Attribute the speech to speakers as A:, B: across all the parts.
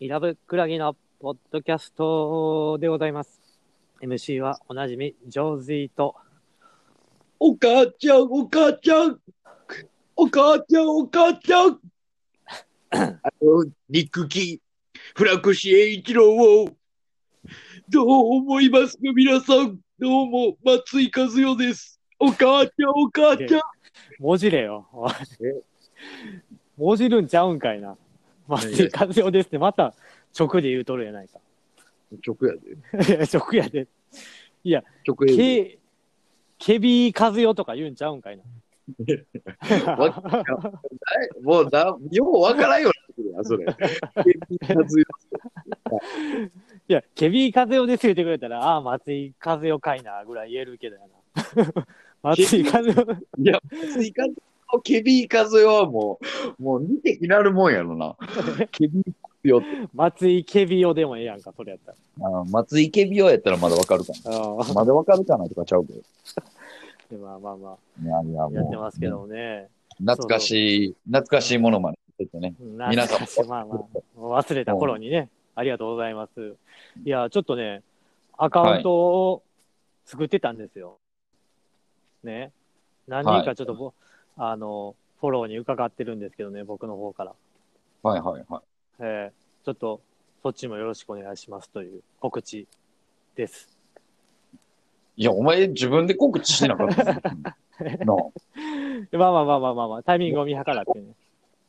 A: イラブクラゲのポッドキャストでございます。MC はおなじみ、ジョーズイと、
B: お母ちゃん、お母ちゃん、お母ちゃん、お母ちゃん。あの、ニックキー、フラクシエイチロを、どう思いますか、皆さん。どうも、松井和代です。お母ちゃん、お母ちゃん。
A: もじれよ。おいもじるんちゃうんかいな。松井和代ですって、また直で言うとるやないか。
B: 曲やで。
A: いや 直やで。
B: 曲やで。
A: け、けび和代とか言うんちゃうんかいな。
B: わもうだ、ようわからんようになってくるやん、それ。和代
A: いや、ケビー風よです言ってくれたら、ああ、松井風よかいな、ぐらい言えるけどやな。 松井風よ、
B: いや、追加のケビーカズヨはもう、もう見ていなるもんやろ な。ケビーカズヨって、
A: 松井ケビよでもええやんか、それやった
B: あ松井ケビヨやったらまだわかる か
A: ら。あ
B: な。まだわかるかなとかちゃうけど。
A: あ、まあまあま
B: いやいや、
A: あ、やって
B: も
A: ますけどもね。
B: う、懐かしい、懐かしいものまでやっててね。
A: 懐かしい
B: 皆
A: まあまあ、忘れた頃にね、ありがとうございます。いや、ちょっとね、アカウントを作ってたんですよ。ね。何人かちょっとぼ、あの、フォローに伺ってるんですけどね、僕の方から。
B: はいはいはい。
A: えーちょっとそっちもよろしくお願いしますという告知です。
B: いや、お前自分で告知しなかったのなあ
A: まあまあまあまあまあ、まあ、タイミングを見計らってね。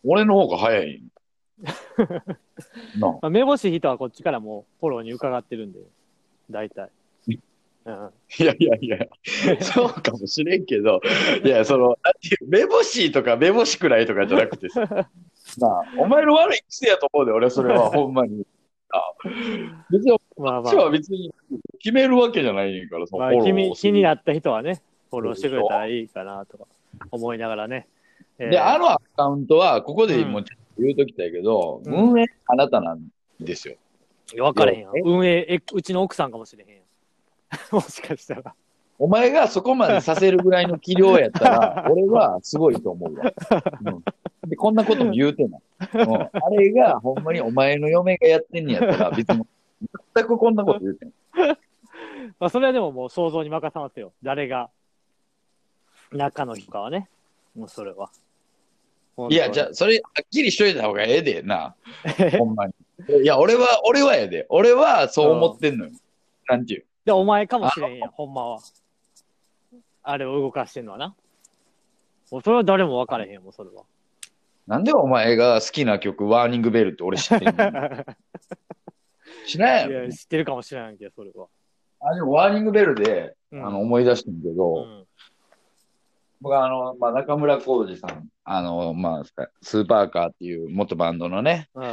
B: 俺の方が早い。なあ
A: まあ、目星人はこっちからもうフォローに伺ってるんで、大体。うん、
B: いやいやいや、そうかもしれんけど、いや、その、なんていう目星とか目星くらいとかじゃなくてさ、なあお前の悪い癖やと思うで、俺はそれは、ほんまに。あ別に、
A: まあ
B: こ
A: ま
B: っちは
A: あ、
B: 別に決めるわけじゃないねんから、その
A: まあ
B: フォロ
A: 気
B: ー
A: に
B: をす
A: 気
B: る
A: になった人はね、フォローしてくれたらいいかなとか思いながらね。えー
B: で、あのアカウントは、ここでもうちょっと言うときたいけど、
A: うん
B: 運営あなたなんですよ。
A: 分からへんやん
B: え
A: 運営え、うちの奥さんかもしれへん やん。もしかしたら。
B: お前がそこまでさせるぐらいの器量やったら、 俺はすごいと思うわ。うんで、こんなことも言うてない。うんあれが、ほんまにお前の嫁がやってんねやったら、別に、全くこんなこと言うてない。
A: まあ、それはでももう想像に任せますよ。誰が、中の人かはね。もうそれは。
B: いや、じゃあ、それ、はっきりしといた方がええで な。ほんまに。いや、俺は、俺はやで。俺はそう思ってんのよ。なんていう。
A: で、お前かもしれんやん、ほんまは。あれを動かしてんのはな。もうそれは誰も分からへんよ、もうそれは。
B: なんでお前が好きな曲、ワーニングベルって俺知ってんの 知らん
A: い
B: やろ
A: や、。知ってるかもしれないけど、それは。
B: あ、でもワーニングベルで、
A: うん
B: あの、思い出してんけど、
A: うん。
B: 僕はあの、まあ、中村浩二さん、あの、まあ、スーパーカーっていう元バンドのね、
A: うん。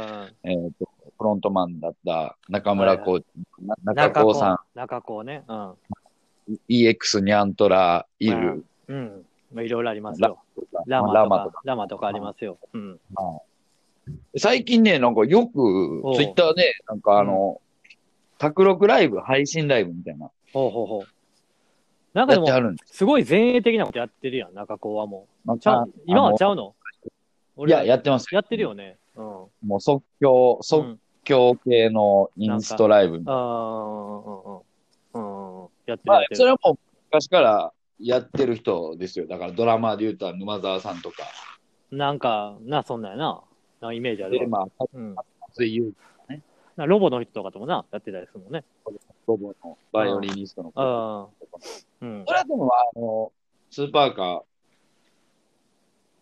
B: えっ、と、フロントマンだった中村浩二、な中
A: 中
B: 高
A: 高
B: さ
A: 中高ね。うん。
B: ん、EX ニャントラ、イル、
A: うん。まあ、いろいろありますよ。ラマ
B: ラマ
A: とか、ラ
B: ラ
A: マ
B: マ
A: と
B: と
A: かありますよ。うん。
B: 最近ね、なんかよく
A: おう、
B: ツイッターで、なんかあの、卓録ライブ、配信ライブみたいな、
A: ほうほうほう。なんかで
B: やっ
A: も
B: て、はるんです。
A: すごい前衛的なことやってるやん、中高はも
B: ま
A: う。ちゃ
B: あ
A: う今
B: あ
A: は
B: の
A: ちゃうの
B: い
A: 俺ら
B: や、やってます。
A: やってるよね。うん。
B: もう即興、
A: う
B: 即
A: ん。
B: 興系のインストライブみたいな
A: ああ、うんうんうん。うん。やってる
B: ま
A: やっ
B: あ、
A: て
B: そ
A: る。
B: れはもう昔からやってる人ですよ。だからドラマーで言うと沼沢さんとか、
A: なんか、な、そんなんやな。なイメージあ
B: で、
A: るわ。
B: まあ、
A: うん。
B: 松井優
A: なロボの人とかともな、やってたりするもんね。
B: 子ボのバイオリニストの子。
A: ああ。うん
B: そ。れはでも、あの、スーパーカー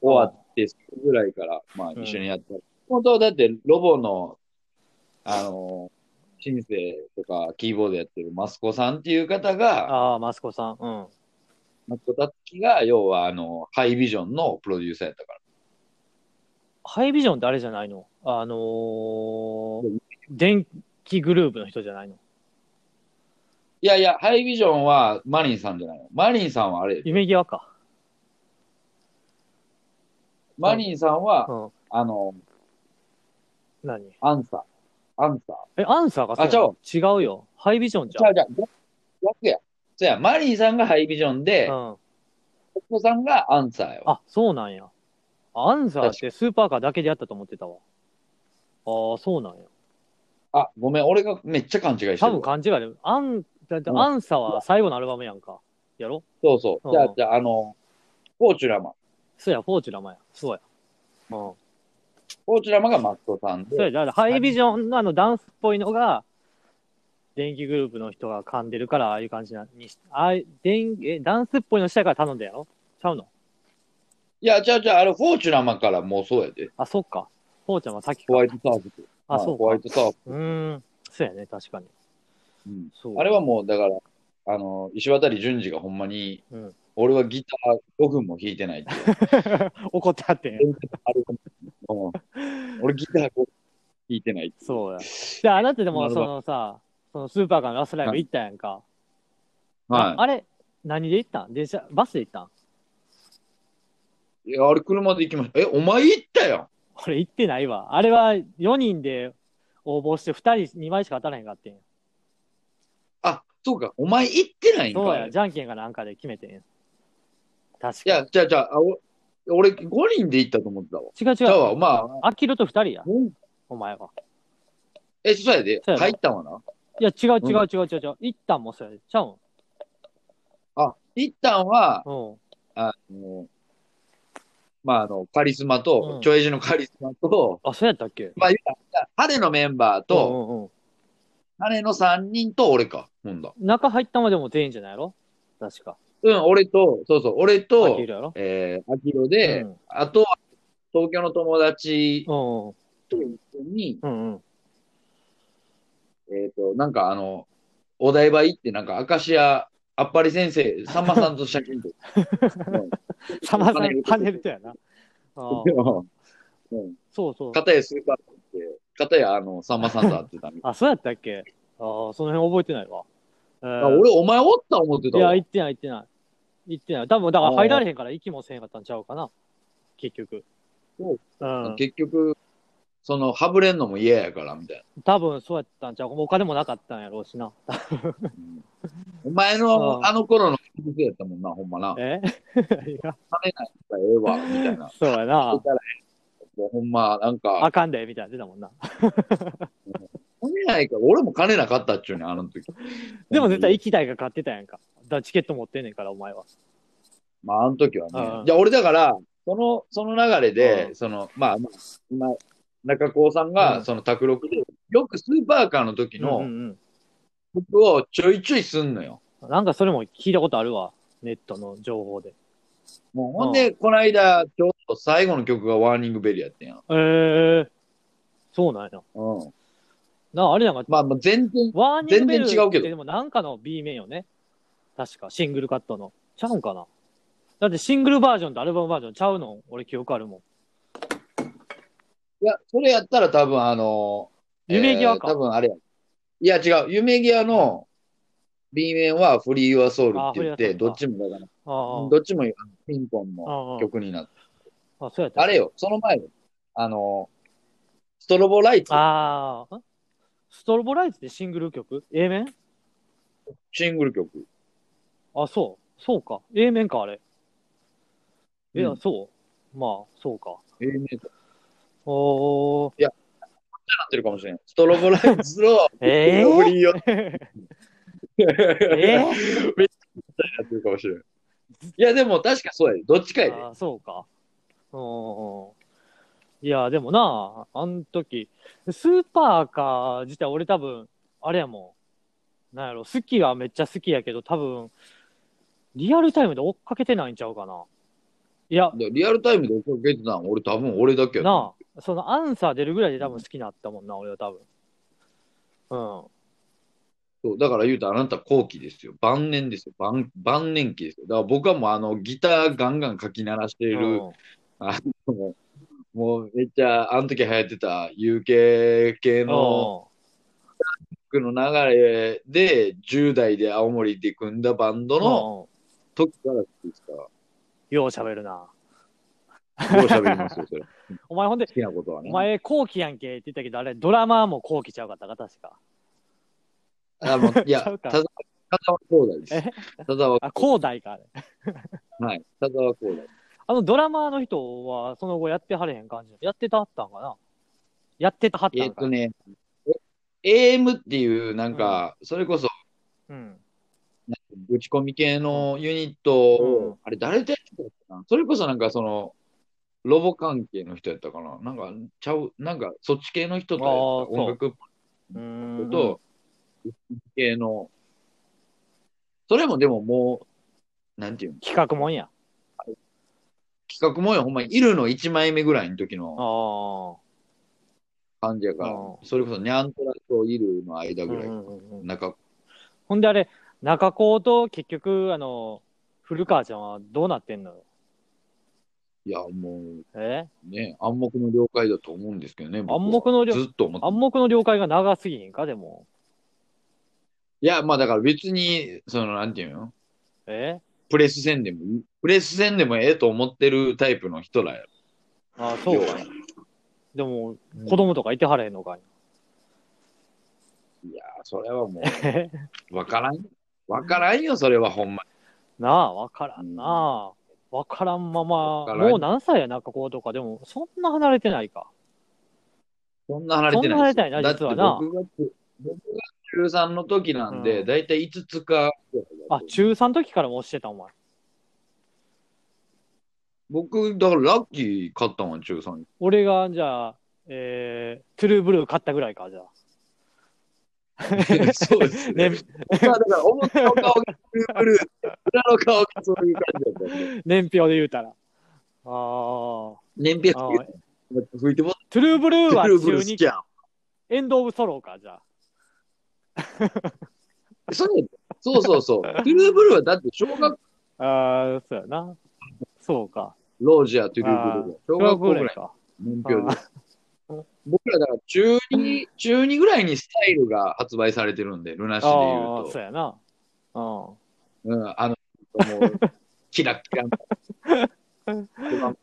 B: 終わってすぐぐらいから、まあ、
A: うん
B: 一緒にやった。本当はだって、ロボの、あの、シンセとかキーボードやってるマスコさんっていう方が、
A: ああ、マスコさん。うん。
B: マスコタツキが、要は、あの、ハイビジョンのプロデューサーやったから。
A: ハイビジョンってあれじゃないのあのー、電気グループの人じゃないの
B: いやいや、ハイビジョンはマリンさんじゃないの。マリンさんはあれ、
A: 夢際か。
B: マリンさんは、
A: うん。
B: あの、
A: 何
B: アンサー。アンサー。
A: え、アンサーがそうなの
B: あ
A: 違うよ。ハイビジョンじ
B: じゃ
A: ゃん。
B: あじゃあ、逆逆や。そや、マリンさんがハイビジョンで、
A: うん。
B: お子さんがアンサーよ。
A: あ、そうなんや。アンサーってスーパーカーだけでやったと思ってたわ。ああ、そうなんや。
B: あ、ごめん、俺がめっちゃ勘違いして
A: 多
B: る
A: 分
B: わ。
A: 勘違いで、あん、だって、
B: うん
A: アンサは最後のアルバムやんか。やろ
B: そうそうう。
A: ん
B: じゃあ、じゃあ、あの、フォーチュラマ。
A: そうや、フォーチュラマや。そうや。うん。
B: フォーチュラマがマットさん
A: そうや、
B: で、
A: だからハイビジョンのあのダンスっぽいのが、電気グループの人が噛んでるから、ああいう感じなにし、ああい電えダンスっぽいのしたいから頼んだやろちゃうの
B: いや、じゃあ、じゃあ、あれ、フォーチュラマからもうそうやで。
A: あ、そっか。フォーちゃんはさっきか
B: ホ。ワイトサーフィス。
A: あ、
B: はい
A: そう
B: ホワイ
A: か。
B: トサーフ
A: うーん。そうやね、確かに。
B: ィス。うん
A: そう。
B: あれはもう、だから、あの、石渡淳二がほんまに、
A: うん
B: 俺はギター5分も弾いてないって。
A: 怒ったって。
B: あれ うん俺ギター5分弾いてないって。
A: そうや。じゃあ、あなたで
B: な
A: も、
B: る
A: そ
B: ほど
A: のさ、そのスーパーカーのラストライブ行ったやんか。あ
B: は
A: あれ、何で行ったん電車、バスで行ったん
B: い。いや、あれ、車で行きました。え、お前行ったやん。
A: 俺行ってないわ。あれは4人で応募して2人、2枚しか当たらへんかってん。
B: あ、そうか。お前行ってないんか。
A: そうや、
B: い
A: じゃんけんかなんかで決めてん。確か
B: や、じゃあ、じゃあ、あお俺5人で行ったと思ってたわ。
A: に。違う
B: じゃ
A: 違
B: あ、
A: う。
B: まあ、
A: あきると2人や、
B: うん
A: お前は。
B: え、そうやで。
A: そうやろ
B: 入ったわな。
A: いや、違う
B: うん
A: 違う違う違う違う。一旦もそうや。ちゃうん。
B: あ、行ったんは、
A: うん。
B: あの、まあ、あの、カリスマ
A: う
B: と
A: ん、
B: ちょいじのカリスマと、
A: あ、そうやったっけ
B: まあ、言うたら晴れのメンバーと、
A: うんうんうん。
B: 晴れの3人と俺か。ほんだ。
A: 中入ったまでも全員じゃないやろ確か。
B: うん、俺と、そうそう、俺
A: あ
B: と
A: き、るやろ
B: えー、アキロで、
A: うん
B: あとは、東京の友達
A: うんうん
B: と一緒に、
A: うんうん。
B: えっ、と、なんかあの、お台場行って、なんか、明石家、あっぱれ先生、さんまさんと写真撮って。
A: さまざま
B: パネル
A: パネルとやな。あー
B: うん
A: そうそう。
B: 片やスーパーマンで、片やあの、さんまさんと会ってたみたい
A: あ、そうやったっけああ、その辺覚えてないわ。え
B: な。あ
A: ー
B: 俺、お前おった思ってた
A: いや、
B: わ。
A: 行ってない行ってない。行ってない。多分、だから入られへんから息もせへんかったんちゃうかな。結局。
B: そう
A: うん。
B: 結局、その、はぶれんのも嫌やから、みたい
A: 多分そうやったんちゃうお金もなかったんやろうしな。
B: な。うんお前
A: う
B: の、
A: ん
B: あの頃の感じやったもんな、ほんまな。
A: え いや
B: 金ないからええわ、みたいな。
A: そうやな。
B: もうほんま、なんか、
A: あかんで、みたいな出たもんな。
B: 金ないから、俺も金なかったっちゅうねん、あの時。
A: でも絶対行きたいが買ってたやんか。だからチケット持ってんねんから、お前は。
B: まあ、あの時は
A: う
B: ね
A: ん。
B: じゃあ、俺だから、その、その流れ
A: う
B: で、
A: ん
B: その、まあ、まあ今、中高さん
A: うん
B: が、その、卓六で、よくスーパーカーの時
A: うん
B: の
A: うん
B: 僕をちょいちょいすんのよ。
A: うん。なんかそれも聞いたことあるわ。ネットの情報で。
B: もうほんで、この間、ちょうど最後の曲がワーニングベルやってんや。
A: えー、そうなんや。
B: うん。
A: な、あれなんか、
B: まあ、まあ、全然、
A: ワーニングベル
B: 全然違うけど
A: ってでもなんかの B 面よね。確か、シングルカットの。ちゃうんかな。だってシングルバージョンとアルバムバージョンちゃうの俺記憶あるもん。
B: いや、それやったら多分あのー、
A: 夢際か
B: えー多分あれや。いや、違う。夢際の B 面はフリー・ユア・ソウルって言っ
A: あー Free Your
B: て、
A: Soul
B: どっちもだから、
A: あ
B: どっちもピンポンの
A: あ。
B: 曲になって。
A: ああ、そうやった。
B: あれよ、その前よあのー、ストロボライツ、
A: ああ。んストロボライツってシングル曲 ?A 面
B: シングル曲。
A: あ、そう。そうか。A 面か、あれ。いや、
B: うん
A: そう。まあ、そうか。
B: A 面にな
A: おー。
B: ってるかもしれん。ストロボライツの
A: え
B: フ
A: ー、
B: リー・ユア・ソ ウル。
A: え
B: やってるかもしれん。いや、でも確かそうやで。どっちかやで。
A: ああ、そうか。うんうんうん。いや、でもなあ、あん時、スーパーカー自体俺多分、あれやもん。なんやろ、好きはめっちゃ好きやけど、多分、リアルタイムで追っかけてないんちゃうかな。いや、
B: でリアルタイムで追っかけてたん、俺多分俺だけやで
A: なあ、そのアンサー出るぐらいで多分好きになったもんな、俺は多分。うん。
B: そう、だから言うとあなた後期ですよ。晩年ですよ。晩、晩年期ですよ。だから僕はもうあの、ギターガンガンかき鳴らしている、
A: うん
B: あの、もうめっちゃ、あの時流行ってた UK 系の曲の流れで、10代で青森で組んだバンドの
A: うんうん
B: 時から好きですか
A: よう喋るな。
B: ら、よう喋りますよ、それ。 好
A: お前ほんで、
B: きなことはね
A: お。前、後期やんけって言ったけど、あれ、ドラマーも後期ちゃうかったか、確か。
B: あの、いや、
A: ちゃうか
B: 田沢、田沢光大です。
A: え
B: 田沢、
A: あ、後代か、あれ。
B: はい。田沢光大。
A: あのドラマーの人はその後やってはれへん感じやってたはったんかなやってたはった
B: え
A: ん
B: っ
A: かな
B: とね、 AM っていう、なんか、それこそ、
A: うん。
B: 打ち込み系のユニットを、
A: うん
B: あれ誰とやってたのかなそれこそなんかその、ロボ関係の人やったかななんか、ちゃう、なんか、そっち系の人とやっ
A: あ
B: た
A: ーそう
B: 音楽
A: う
B: 部
A: ん。
B: と、打ち込み系の、それもでももう、なんていうの
A: 企画もんや。
B: 企画もよ、ほんまに、いるの1枚目ぐらいの時
A: あ
B: の
A: あ。
B: 感じやから
A: あ、
B: それこそニャントラといるの間
A: う
B: ぐ
A: ん
B: ら
A: う
B: い、
A: んうんうん
B: 中、
A: ほんであれ、中高と結局、あの、古川ちゃんはどうなってんのよ。
B: いや、もう、
A: え
B: ね、暗黙の了解だと思うんですけどね。僕は
A: 暗黙の了
B: ずっと思って
A: 暗黙の了解が長すぎへんか、でも。
B: いや、まあだから別に、その、なんていうの
A: え
B: プレス戦でもいい、プレス戦でもええと思ってるタイプの人らやろ。
A: ああ、そうか。でも、子供とかいてはれへんのかい。
B: いや、それはも う、わからんよ。わからんよ、それはほんま
A: なあ、わからんなあ。わからんまま、
B: わからん
A: もう何歳や、中高とか。でも、そんな離れてないか。
B: そんな離れて
A: そ
B: ない。
A: んな離れてないな
B: だって
A: 実はな
B: 僕が、僕が中3の時なんで、
A: うん
B: だいたい5つか。
A: あ、中3の時からもうしてた、お前。
B: 僕、だからラッキー買ったもん、中3。
A: 俺が、じゃあ、えー、トゥルーブルー買ったぐらいか、じゃあ。
B: そうですね。
A: ね
B: まあだから、表の顔がブルーブルー、裏の顔がそういう感じだったんで。
A: 年表で言うたら。ああー。
B: 年表
A: あ
B: 吹
A: ー
B: 吹いてもら
A: トゥルーブルーは
B: ってるブ
A: 中
B: ルー好
A: 2
B: き、やん。
A: エンド・オブ・ソローか、じゃあ。
B: そうそうそう そう。トゥルーブルーはだって小学校、
A: ああ、そうやな。そうか。
B: ロージャー、トゥルーブルーは。小学校ぐらい、
A: か。
B: 年
A: あ
B: 表で。
A: ー
B: 僕らだから中2、中2ぐらいにスタイルが発売されてるんで、ルナシーで言
A: あ
B: う
A: ー、
B: と
A: そうやな。うん。。
B: うん、あの、もう、キラッキラの。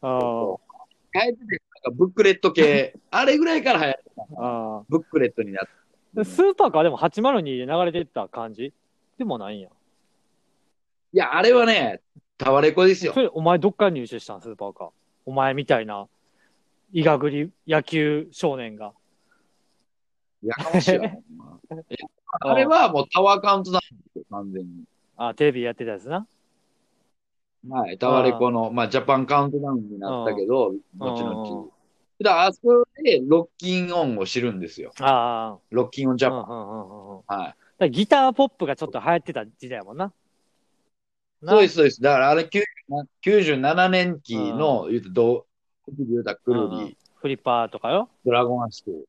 A: あ
B: 変えてて、なんかブックレット系、あれぐらいから流行って、
A: あ。あ
B: ブックレットになって。
A: あ。スーパーか、でも802で流れてった感じでもないんや。
B: いや、あれはね、タワレコですよ
A: そ。れ、お前どっから入手したん、スーパーか。お前みたいな、医学り野球少年が。
B: やかましい わ、ほんま。あれはもうタワーカウントダウンですよ、完全に。
A: ああ、テレビやってたやつな。
B: はい、タワレコの、まあ、ジャパンカウントダウンになったけど、後
A: うん
B: 々。だから、あそこでロッキンオンを知るんですよ。
A: あ
B: ロッキンオンジ
A: あ。
B: ャ
A: うん
B: パン。
A: うんうんうんうん。だか
B: はい。
A: らギターポップがちょっと流行ってた時代やもんな。な
B: そうです、そうです。だから、あれ97 97年期の、言うと、どう、言うたらくる
A: うんう
B: り
A: ん、フリッパーとかよ。
B: ドラゴンアッシュ、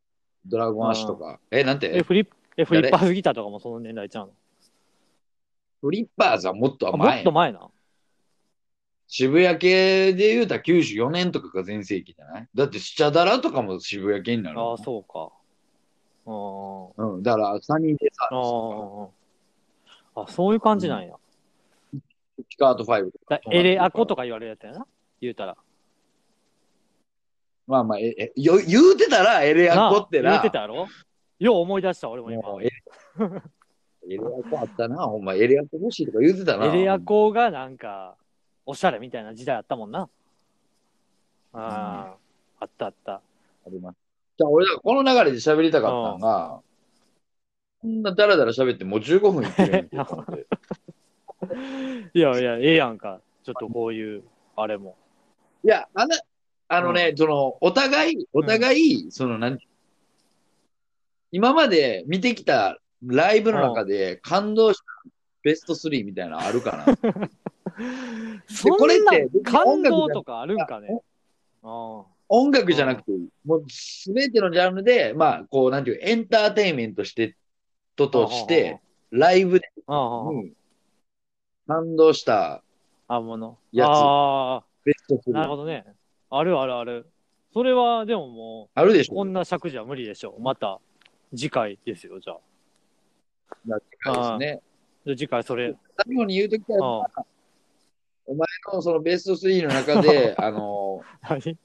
B: ドラゴンアッシュとか、え、なん
A: え、
B: て、
A: フリッえフリッパーズギターとかもその年代ちゃうの
B: フリッパーズはもっと
A: あもっ
B: 前
A: と。前な。
B: 渋谷系で言うたら94年とかが全盛期じゃないだって、スチャダラとかも渋谷系になるもん。
A: ああ、そうか。うん。
B: うん、だから、サニーデサービスと
A: ああ。あ、そういう感じなんや。
B: か、ピカート5と
A: だ
B: か。
A: エレアコとか言われるやつやな。言うたら。
B: まあまあ、ええよ言うてたら、エレアコってな。
A: なあ言うてたやろよう思い出した、俺も今
B: も。うエレエレアコあったな、 ほんま。エレアコ欲しいとか言うてたな。
A: エレアコがなんか、おしゃれみたいな時代あったもんな。ああ、あったあった。
B: あります。じゃあ、俺、この流れで喋りたかったのが、こんなダラダラ喋ってもう15分いってるやんと 思って
A: いやいや、ええやんか。ちょっとこういう、あれも。
B: いや、あの、あのね、その、お互い、お互い、その、なんて今まで見てきたライブの中で感動したベスト3みたいなのあるかな。
A: そ
B: これっ
A: ん
B: て
A: な
B: 別に
A: 感
B: 音楽じ
A: 動
B: ゃ
A: とかあるんかね。あ
B: 音楽じゃなくて、もうすべてのジャンルで、まあ、こう、なんていう、エンターテインメントして、ととして、ライブで、
A: あ。ああ。
B: 感動した
A: あもの。
B: やつ
A: あ
B: ベスト
A: あ、なる
B: 3。
A: ほどね。あるあるある。それは、でもも
B: あるでし
A: う、
B: ょ
A: こんな尺じゃ無理でしょう。また、次回ですよ、じゃあ。
B: なって感じですね。
A: じゃあ次回それ。
B: 最後に言うときたら、
A: ああ。
B: お前のそのベスト3の 中で、あの、
A: 何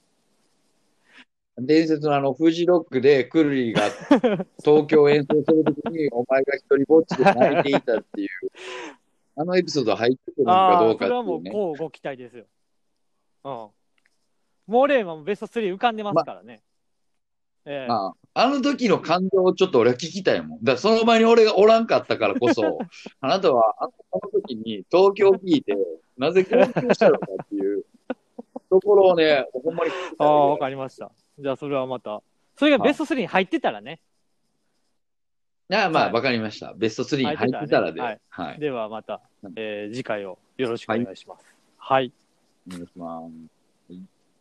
B: 伝説のあの、フジロックでクルリが東京を演奏するとき に、お前が一人ぼっちで泣いていたっていう、あのエピソード入ってくるのか
A: あ
B: ど
A: あ
B: う、
A: それ
B: かってい
A: はも
B: う
A: う、
B: ね。
A: こうご期待ですよ。うん。もう俺今もベスト3浮かんでますからね。ええ
B: あああの時の感情をちょっと俺は聞きたいもん。だからその前に俺がおらんかったからこ そ、あなたはあの時に東京を聞 いて、なぜ東京したのかっていうところをね、ほんまに聞きたい
A: ああ、わかりました。じゃあ、それはまた。それがベスト3に入ってたらね。
B: いや、ま
A: は
B: あ、
A: い
B: わかりました。ベスト3に入ってたら
A: 入
B: で、は
A: っ
B: い
A: て。
B: はい、
A: ではまた
B: うん、
A: えー次回をよろしくお願いします。はい
B: お願いします。